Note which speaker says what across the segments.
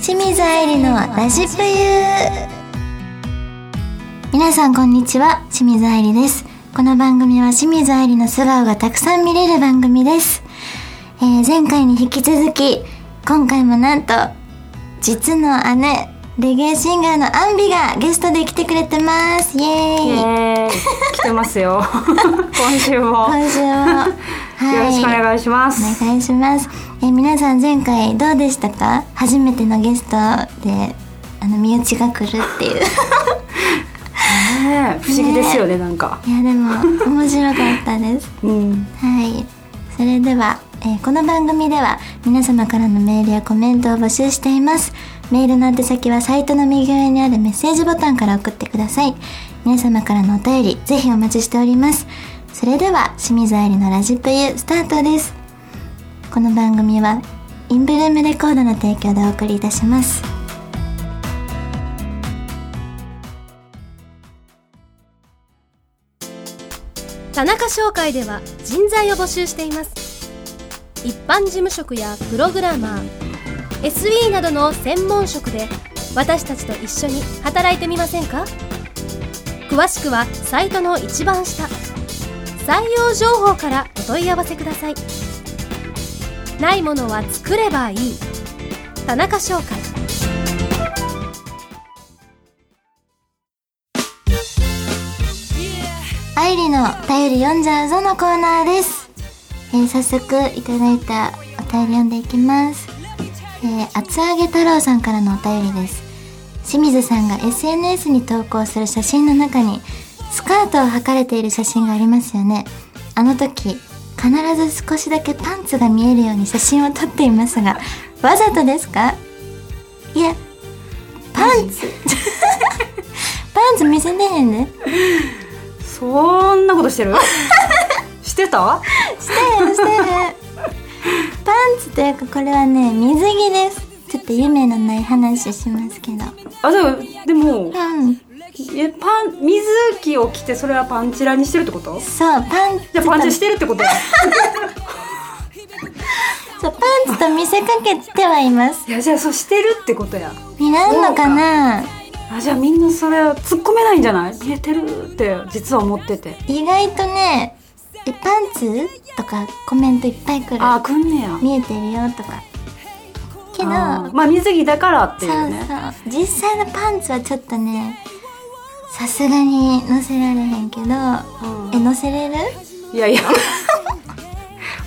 Speaker 1: 清水愛理のラジプユー皆さんこんにちは清水愛理ですこの番組は清水愛理の素顔がたくさん見れる番組です、えー前回に引き続き今回もなんと実の姉レゲエシンガーのアンビがゲストで来てくれてますイエーイ
Speaker 2: イエーイ来てますよ今週もよ
Speaker 1: 今 週もは
Speaker 2: ろしくお願いします、
Speaker 1: お願いします。えー皆さん前回どうでしたか？初めてのゲストであの身内が来るっていう。
Speaker 2: ねえ不思議ですよねなんか
Speaker 1: いやでも面白かったです。
Speaker 2: うん
Speaker 1: はい。それでは、えーこの番組では皆様からのメールやコメントを募集しています。メールの宛先はサイトの右上にあるメッセージボタンから送ってください。皆様からのお便り、ぜひお待ちしております。それでは、清水愛理のラジプユスタートです。この番組は、インブルームレコードの提供でお送りいたします。
Speaker 3: 田中商会では人材を募集しています一般事務職やプログラマー SE などの専門職で私たちと一緒に働いてみませんか詳しくはサイトの一番下採用情報からお問い合わせくださいないものは作ればいい田中商会
Speaker 1: 愛理のお便り読んじゃうぞのコーナーです、えー早速いただいたお便り読んでいきます、えー厚揚げ太郎さんからのお便りです清水さんが SNS に投稿する写真の中にスカートを履かれている写真がありますよねあの時必ず少しだけパンツが見えるように写真を撮っていますがわざとですかいやパンツ パンツ見せてへんで
Speaker 2: そんなことしてるしてた
Speaker 1: してるしてるパンツというかこれはね水着ですちょっと夢のない話しますけど
Speaker 2: あでもでも
Speaker 1: うん
Speaker 2: えパン水着を着てそれはパンチラにしてるってこと
Speaker 1: そうパンツ
Speaker 2: じゃあパンチラしてるってことい
Speaker 1: そうパンツと見せかけてはいます
Speaker 2: やじゃあそうしてるってことや
Speaker 1: 見らんのかな
Speaker 2: あじゃあみんなそれは突っ込めないんじゃない見えてるって実は思ってて
Speaker 1: 意外とねえパンツとかコメントいっぱい来る
Speaker 2: あーくんねや
Speaker 1: 見えてるよとかけど
Speaker 2: あーまあ水着だからってい
Speaker 1: そうう
Speaker 2: ね
Speaker 1: そう実際のパンツはちょっとねさすがに乗せられへんけど
Speaker 2: うん
Speaker 1: え乗せれる
Speaker 2: いやい や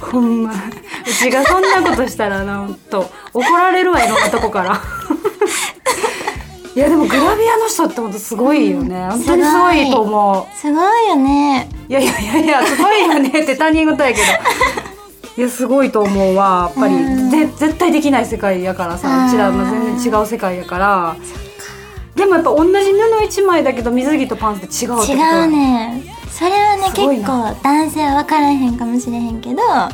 Speaker 2: ほんまうちがそんなことしたらなんと怒られるわいろんなとこからいやでもグラビアの人ってほんとすごいよね、本当にすごいと思
Speaker 1: すごいよね
Speaker 2: ういやいやいやいやすごいよねって他人事やけどいやすごいと思うわやっぱり、
Speaker 1: うん
Speaker 2: ぜ絶対できない世界やから
Speaker 1: あ
Speaker 2: さ
Speaker 1: ー
Speaker 2: うちらも全然違う世界やからでもやっぱ同じ布一枚だけど水着とパンツって違うって
Speaker 1: 違
Speaker 2: ことや
Speaker 1: うねそれはね
Speaker 2: すごい
Speaker 1: 結
Speaker 2: な
Speaker 1: 構男性は分からへんかもしれへんけどだ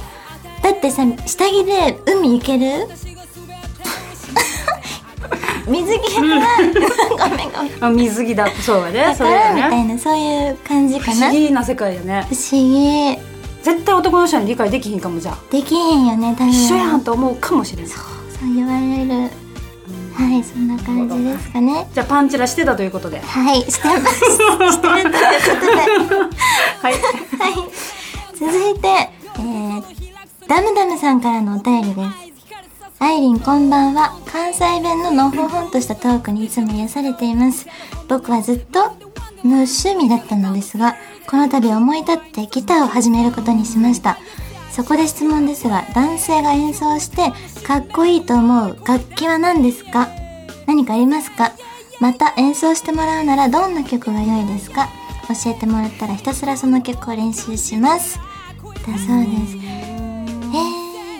Speaker 1: ってさ下着で海行ける水着はごめんごめん
Speaker 2: あ水着だそうやね
Speaker 1: だ
Speaker 2: そ
Speaker 1: か
Speaker 2: れ
Speaker 1: ら
Speaker 2: や
Speaker 1: みたい
Speaker 2: ね
Speaker 1: なそういう感じ
Speaker 2: 不
Speaker 1: かな
Speaker 2: 思
Speaker 1: 不思
Speaker 2: 議な世界やね
Speaker 1: 議
Speaker 2: 絶対男の人に理解できひんかもじゃあ
Speaker 1: できへんよね多分
Speaker 2: 一緒やんと思うかもしれない
Speaker 1: そう言われるはいそんな感じですかね
Speaker 2: じゃあパンチラしてたということ で
Speaker 1: はいしてますし てるということで
Speaker 2: は
Speaker 1: は
Speaker 2: い
Speaker 1: い、続いて、えー、ダムダムさんからのお便りです。アイリンこんばんは。関西弁ののほほんとしたトークにいつも癒されています。僕はずっと無趣味だったのですが、この度思い立ってギターを始めることにしました。そこで質問ですが、男性が演奏してかっこいいと思う楽器は何ですか何かありますかまた演奏してもらうならどんな曲が良いですか教えてもらったらひたすらその曲を練習しますだそうですえ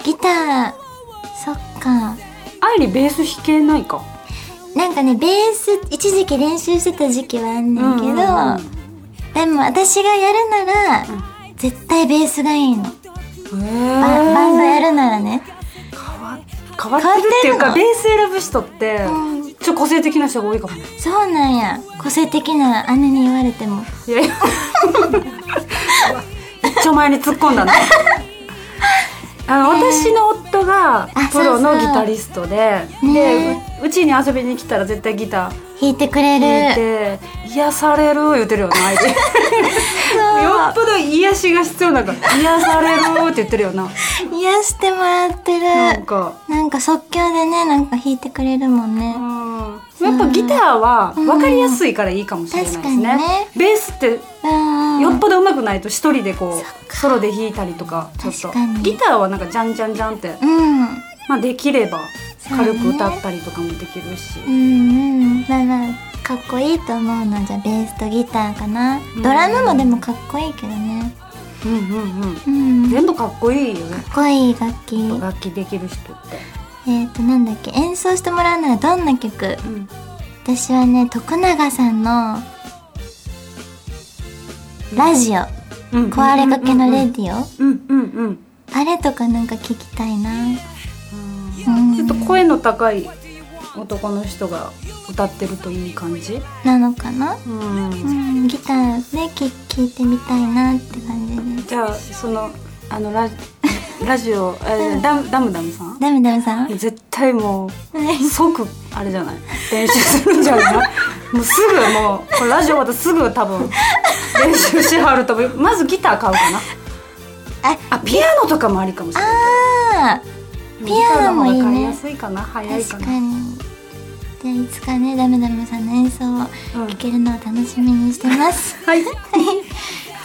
Speaker 1: ー、ギターそっか
Speaker 2: 愛理ベース弾けないか
Speaker 1: なんかねベース一時期練習してた時期はあんねんけど、
Speaker 2: うんうんう
Speaker 1: でも私がやるなら、絶対ベースがいいの、
Speaker 2: へえ
Speaker 1: ババンドやるならね
Speaker 2: 変わってるっていうか
Speaker 1: 変わって
Speaker 2: ベース選ぶ人って
Speaker 1: うん
Speaker 2: ちょっと個性的な人が多いかもね
Speaker 1: そうなんや個性的な姉に言われても
Speaker 2: いやいや一丁前に突っ込んだねあの私の夫が
Speaker 1: あ
Speaker 2: プロ
Speaker 1: そうそ
Speaker 2: の
Speaker 1: う
Speaker 2: ギタリストでで
Speaker 1: ね
Speaker 2: ううちに遊びに来たら絶対ギター
Speaker 1: 弾いてくれ
Speaker 2: 弾い
Speaker 1: る。
Speaker 2: て癒される言ってるよな相 手よっぽど癒しが必要なんか癒されるって言ってるよな
Speaker 1: 癒してもらって
Speaker 2: なん
Speaker 1: る。
Speaker 2: か
Speaker 1: なんか即興でね、なんか弾いてくれるもんね
Speaker 2: う。んやっぱギターは分かりやすいからいいかもしれないですね,、
Speaker 1: うん確かにね
Speaker 2: ベースって
Speaker 1: うんうん。
Speaker 2: よっぽど上手くないと一人でこうソロで弾いたりとかちょっと
Speaker 1: 確かに
Speaker 2: ギターはなんかジャンジャンジャンって、
Speaker 1: うん。
Speaker 2: まあ、できれば
Speaker 1: そうね
Speaker 2: 軽く歌ったりとかもできるし、
Speaker 1: うんうん。まあまあ、かっこいいと思うのはじゃあベースとギターかな。
Speaker 2: ん
Speaker 1: ドラムもでもかっこいいけどね。
Speaker 2: うんうんうん
Speaker 1: うん。かっ
Speaker 2: 全部かっこいいよね
Speaker 1: こいい楽器。
Speaker 2: 楽器できる人って、
Speaker 1: えっ、ー、と、なんだっけ、演奏してもらうならどんな曲
Speaker 2: うん、
Speaker 1: 私はね、徳永さんの、ラジオ、壊れかけのレディオ、
Speaker 2: うんうんうん
Speaker 1: あれとかなんか聞きたいな。
Speaker 2: うんちょっと声の高い男の人が歌ってるといい感じ、
Speaker 1: なのかな
Speaker 2: うん
Speaker 1: うん、ギターでき聞いてみたいなって感じです。
Speaker 2: じゃあそのあの ラジラジオ、えー、ダムダムダムさん
Speaker 1: ダメダメさん
Speaker 2: 絶対も
Speaker 1: はいう
Speaker 2: 即あれじゃない練習するんじゃないもうすぐもうこれラジオ終わったらすぐ多 分練習しはると思うまずギター買うかな
Speaker 1: あ、
Speaker 2: あピアノとかもありかもしれない
Speaker 1: あピアノもいいね
Speaker 2: ギターの方が分かりやすいかな
Speaker 1: ー
Speaker 2: 早いか
Speaker 1: 確
Speaker 2: な
Speaker 1: かに。じゃあいつかね、ダメダメさんの演奏を聴けるのを楽しみにしてます。
Speaker 2: はい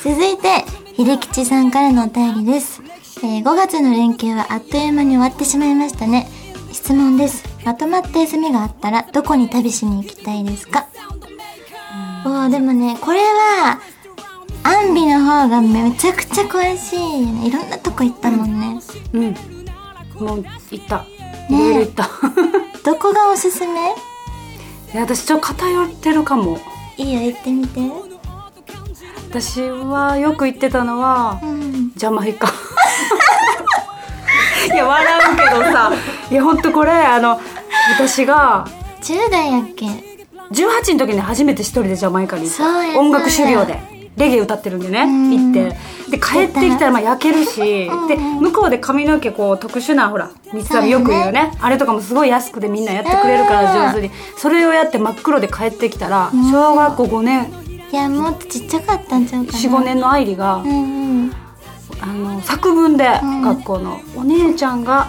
Speaker 1: 続いて、秀吉さんからのお便りです。えー5月の連休はあっという間に終わってしまいましたね。質問です。まとまった休みがあったら、どこに旅しに行きたいですかおー、でもね、これは、アンビの方がめちゃくちゃ詳しいよね。いろんなとこ行ったもんね。
Speaker 2: うんもう行ったいろいろ行った、
Speaker 1: どこがおすすめ
Speaker 2: いや私ちょっと偏ってるかも
Speaker 1: いいよ、行ってみて。
Speaker 2: 私はよく行ってたのは
Speaker 1: うん。
Speaker 2: ジャマイカ いや笑うけどさいやほんとこれあの私が
Speaker 1: 10代やっけ
Speaker 2: 18の時に初めて一人でジャマイカに行った
Speaker 1: そうや
Speaker 2: 音楽修行でレゲエ歌ってるんでね
Speaker 1: ん
Speaker 2: 行ってで帰ってきたらまあ焼けるし
Speaker 1: うん
Speaker 2: で向こうで髪の毛こう特殊なほら三つ編み
Speaker 1: そ
Speaker 2: よ
Speaker 1: う
Speaker 2: く
Speaker 1: だね
Speaker 2: 言うよねあれとかもすごい安くでみんなやってくれるから上手にそれをやって真っ黒で帰ってきたら小学校5年
Speaker 1: いや、もっとちっちゃかったんちゃうかな。
Speaker 2: 45。年の愛梨が
Speaker 1: うんうん。
Speaker 2: あの作文で
Speaker 1: ん
Speaker 2: 学校の、お姉ちゃんが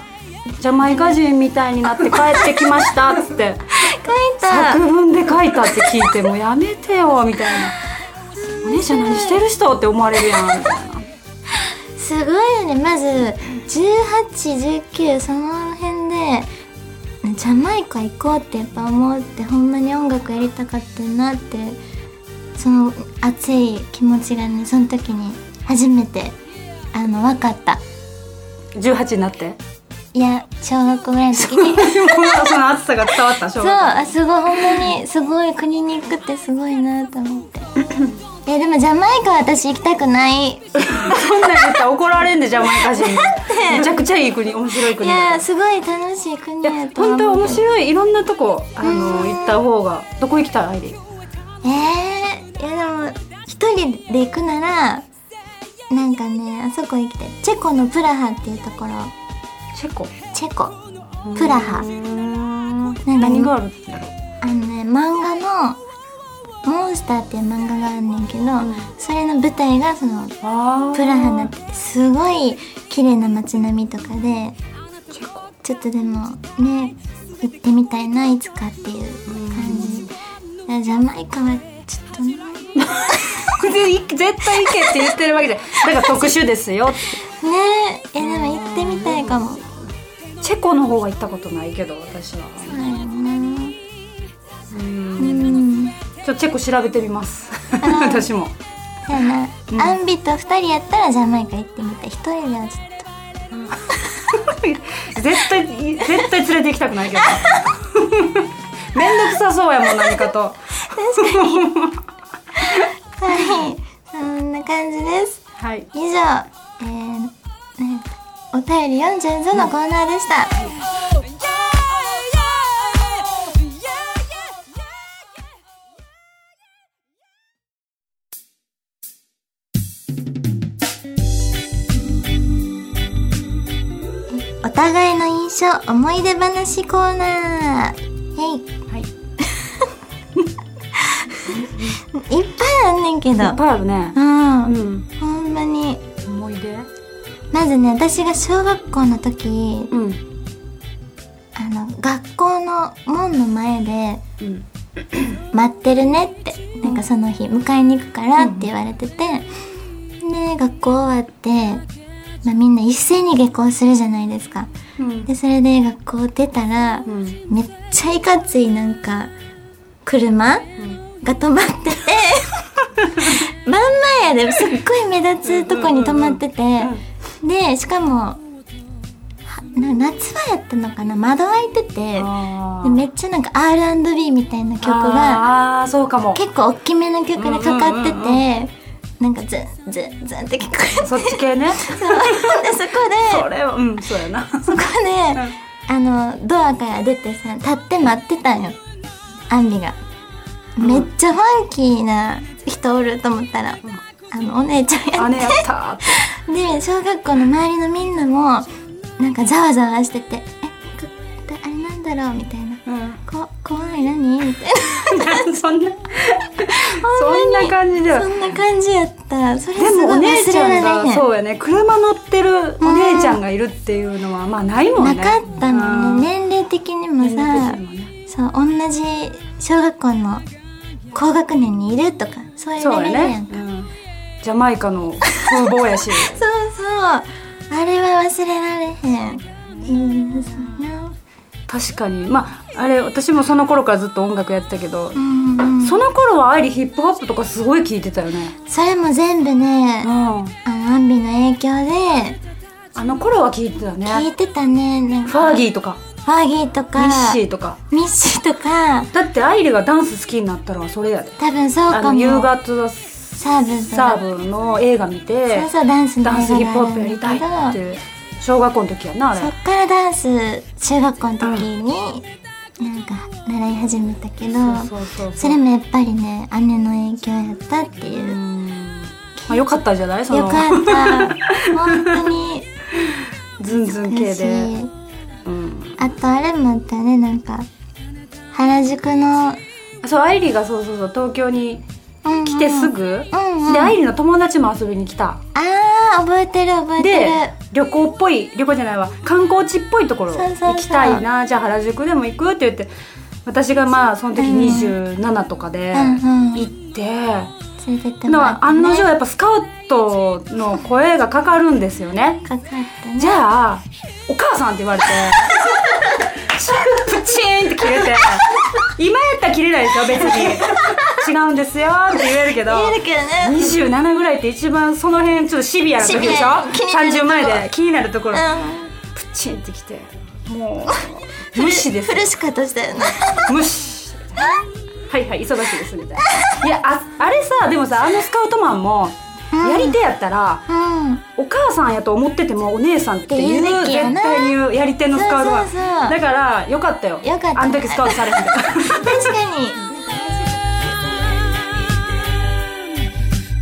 Speaker 2: ジャマイカ人みたいになって帰ってきましたっつって
Speaker 1: 書いた
Speaker 2: 作文で書いたって聞いてもうやめてよみたいなお姉ちゃん何してる人って思われるやんみたいな
Speaker 1: すごいよねまず1819その辺でジャマイカ行こうってやっぱ思うってほんまに音楽やりたかったなってその熱い気持ちがねその時に初めてあの分かった
Speaker 2: 18にな っても
Speaker 1: いや小学校ぐらいの時に
Speaker 2: う その暑さが伝わった小
Speaker 1: そう
Speaker 2: 学
Speaker 1: あすごいほんまにすごい国に行くってすごいなと思っていやでもジャマイカは私行きたくない
Speaker 2: 校そんなん言ったら怒られんでジャマイカ 人にめちゃくちゃいい国面白い
Speaker 1: い
Speaker 2: 国だから
Speaker 1: やすごい楽しい国
Speaker 2: いや
Speaker 1: やと思う
Speaker 2: 本当面白いいろんなとこあの行った方がどこ行きたいアイリー
Speaker 1: えー、いやでも一人で行くならなんかねあそこ行きたいチェコのプラハっていうところ
Speaker 2: チェコ
Speaker 1: チェコプラハ
Speaker 2: うー
Speaker 1: なんか
Speaker 2: ん何があるんだろう
Speaker 1: あのね漫画の「モンスター」っていう漫画があんねんけど、それの舞台がそのプ
Speaker 2: あー
Speaker 1: ラハになっててすごい綺麗な街並みとかでちょっとでもね行ってみたいないつかっていう感じ、いやジャマイカはちょっとね
Speaker 2: でい 絶対行けって言ってるわけじゃないだから特殊ですよって
Speaker 1: ねえいやでも行ってみたいかも。
Speaker 2: チェコの方が行ったことないけど私は
Speaker 1: うん、
Speaker 2: ちょっとチェコ調べてみます私も
Speaker 1: そうやな、アンビと2人やったらジャマイカ行ってみたい1人ではちょっ
Speaker 2: 絶対絶対連れて行きたくないけど めんどくさそうやもん何かと
Speaker 1: とはいそんな感じです
Speaker 2: はい
Speaker 1: 以上、えーね、お便り40ぞのコーナーでした、えお互いの印象思い出話コーナーへい
Speaker 2: はいい
Speaker 1: い
Speaker 2: っ
Speaker 1: っぱいあんねんけど
Speaker 2: ぱいあるね
Speaker 1: う
Speaker 2: うんん
Speaker 1: ほんまに
Speaker 2: 思い出
Speaker 1: まずね私が小学校の時
Speaker 2: うん
Speaker 1: あの学校の門の前で
Speaker 2: うん
Speaker 1: 「待ってるね」ってなんかその日迎えに行くからって言われててで学校終わって、まあ、みんな一斉に下校するじゃないですか
Speaker 2: うん
Speaker 1: でそれで学校出たら
Speaker 2: うん
Speaker 1: めっちゃいかついなんか車が止まってて真ん前やですっごい目立つとこに止まっててでしかもはな夏場やったのかな窓開いてて
Speaker 2: あ
Speaker 1: でめっちゃなんか R&B みたいな曲が
Speaker 2: ああーそうかも
Speaker 1: 結構大きめの曲でかかってて、
Speaker 2: うんうん
Speaker 1: なんかズンズンズンって聞こえて
Speaker 2: そっち系ね
Speaker 1: でそこで
Speaker 2: それはうんそうやな
Speaker 1: そこで、あの、ドアから出てさ、立って待ってたんよ。アンリが。
Speaker 2: ん
Speaker 1: めっちゃファンキーな人おると思ったら、あの、お姉ちゃんや
Speaker 2: 姉やったーって
Speaker 1: で、小学校の周りのみんなも、なんかざわざわしてて、え、こあれなんだろうみたいな。
Speaker 2: う
Speaker 1: こ、怖い何みたい
Speaker 2: ん そんなそんな感じで
Speaker 1: な。
Speaker 2: は
Speaker 1: そんな感じやった。それ
Speaker 2: ですも
Speaker 1: ご
Speaker 2: お
Speaker 1: い忘
Speaker 2: 姉
Speaker 1: れ
Speaker 2: ちゃ
Speaker 1: られ
Speaker 2: ん
Speaker 1: へん。
Speaker 2: がそうやね車乗ってるお姉ちゃんがいるっていうのはまあないもん
Speaker 1: な
Speaker 2: ね
Speaker 1: かったもんね。年齢的に
Speaker 2: う
Speaker 1: も
Speaker 2: ん
Speaker 1: さ、そう同じ小学校の高学年にいるとかそういう
Speaker 2: そう
Speaker 1: レベ
Speaker 2: や
Speaker 1: ルやん
Speaker 2: ね、
Speaker 1: か
Speaker 2: うん、ジャマイカの風貌 やし
Speaker 1: そう,、そうあれは忘れられへんうんそんな
Speaker 2: 確かにまああれ私もその頃からずっと音楽やってたけど
Speaker 1: う、んうん
Speaker 2: その頃はアイリヒップホップとかすごい聴いてたよね
Speaker 1: それも全部ね
Speaker 2: うん
Speaker 1: あのアンビの影響で
Speaker 2: あの頃は聴いてた
Speaker 1: 聞
Speaker 2: ね
Speaker 1: いてたねなんか
Speaker 2: ファーギ
Speaker 1: ー
Speaker 2: ーとか
Speaker 1: ファーギーと
Speaker 2: ミ
Speaker 1: か
Speaker 2: ッシーとか
Speaker 1: ミッシーとか
Speaker 2: だってアイリがダンス好きになったのはそれやで
Speaker 1: 多分そう
Speaker 2: あ
Speaker 1: か
Speaker 2: の
Speaker 1: も
Speaker 2: 夕方サ
Speaker 1: サーブとか
Speaker 2: ーブの映画見て
Speaker 1: そうそうダンスの
Speaker 2: ダンスヒ
Speaker 1: 映
Speaker 2: ッ
Speaker 1: 画
Speaker 2: プ
Speaker 1: が
Speaker 2: ホ
Speaker 1: あ
Speaker 2: ップ
Speaker 1: る
Speaker 2: やり
Speaker 1: ん
Speaker 2: たい
Speaker 1: だ
Speaker 2: っ
Speaker 1: けど
Speaker 2: て小学校の時やんなあれ
Speaker 1: そっからダンス中学校の時になんか習い始めたけど
Speaker 2: そうそう
Speaker 1: それもやっぱりね姉の影響やったっていうう、
Speaker 2: んまあよかったんじゃないそ
Speaker 1: よ
Speaker 2: の
Speaker 1: かった本当に
Speaker 2: ズンズン系
Speaker 1: 嬉し
Speaker 2: で、
Speaker 1: い
Speaker 2: うん、
Speaker 1: あとあれもあったよねなんか原宿の、
Speaker 2: そう愛梨がそうそうそう東京に
Speaker 1: うんうん
Speaker 2: 来てすぐ、
Speaker 1: うんうん
Speaker 2: で
Speaker 1: あ
Speaker 2: 愛梨の友達も遊びに来た
Speaker 1: あー覚えてる覚えて
Speaker 2: で
Speaker 1: る
Speaker 2: 旅行っぽい旅行じゃないわ観光地っぽいところ
Speaker 1: そうそうそう
Speaker 2: 行きたいなじゃあ原宿でも行くって言って私がまあその時
Speaker 1: うん
Speaker 2: 27とかで
Speaker 1: うんうん
Speaker 2: 行って、
Speaker 1: 連れてっても
Speaker 2: の
Speaker 1: らって、ね、
Speaker 2: は案の定やっぱスカウトの声がかかるんですよね
Speaker 1: かかったね
Speaker 2: じゃあお母さんって言われてプチーンって切れて今やったら切れないですよ別に違うんですよって言えるけど
Speaker 1: 言えるけどね
Speaker 2: 27ぐらいって一番その辺ちょっとシビアな時でしょ
Speaker 1: シビア気になるとこ
Speaker 2: 30前で気になるところ
Speaker 1: う
Speaker 2: プチンってきても う無視で
Speaker 1: ん
Speaker 2: す
Speaker 1: フルシカとしたよね
Speaker 2: 無視はいはい忙しいですみたいないやああれさでもさあのスカウトマンも
Speaker 1: うん
Speaker 2: やり手やったら、
Speaker 1: うん
Speaker 2: お母さんやと思っててもお姉さんって言う
Speaker 1: って言うべき
Speaker 2: 絶
Speaker 1: や
Speaker 2: 対
Speaker 1: な
Speaker 2: に言うやり手のスカウトマン
Speaker 1: そうそうそう
Speaker 2: だからよかったよ
Speaker 1: よかった
Speaker 2: あの時スカウトされてた
Speaker 1: 確かに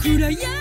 Speaker 4: 暗闇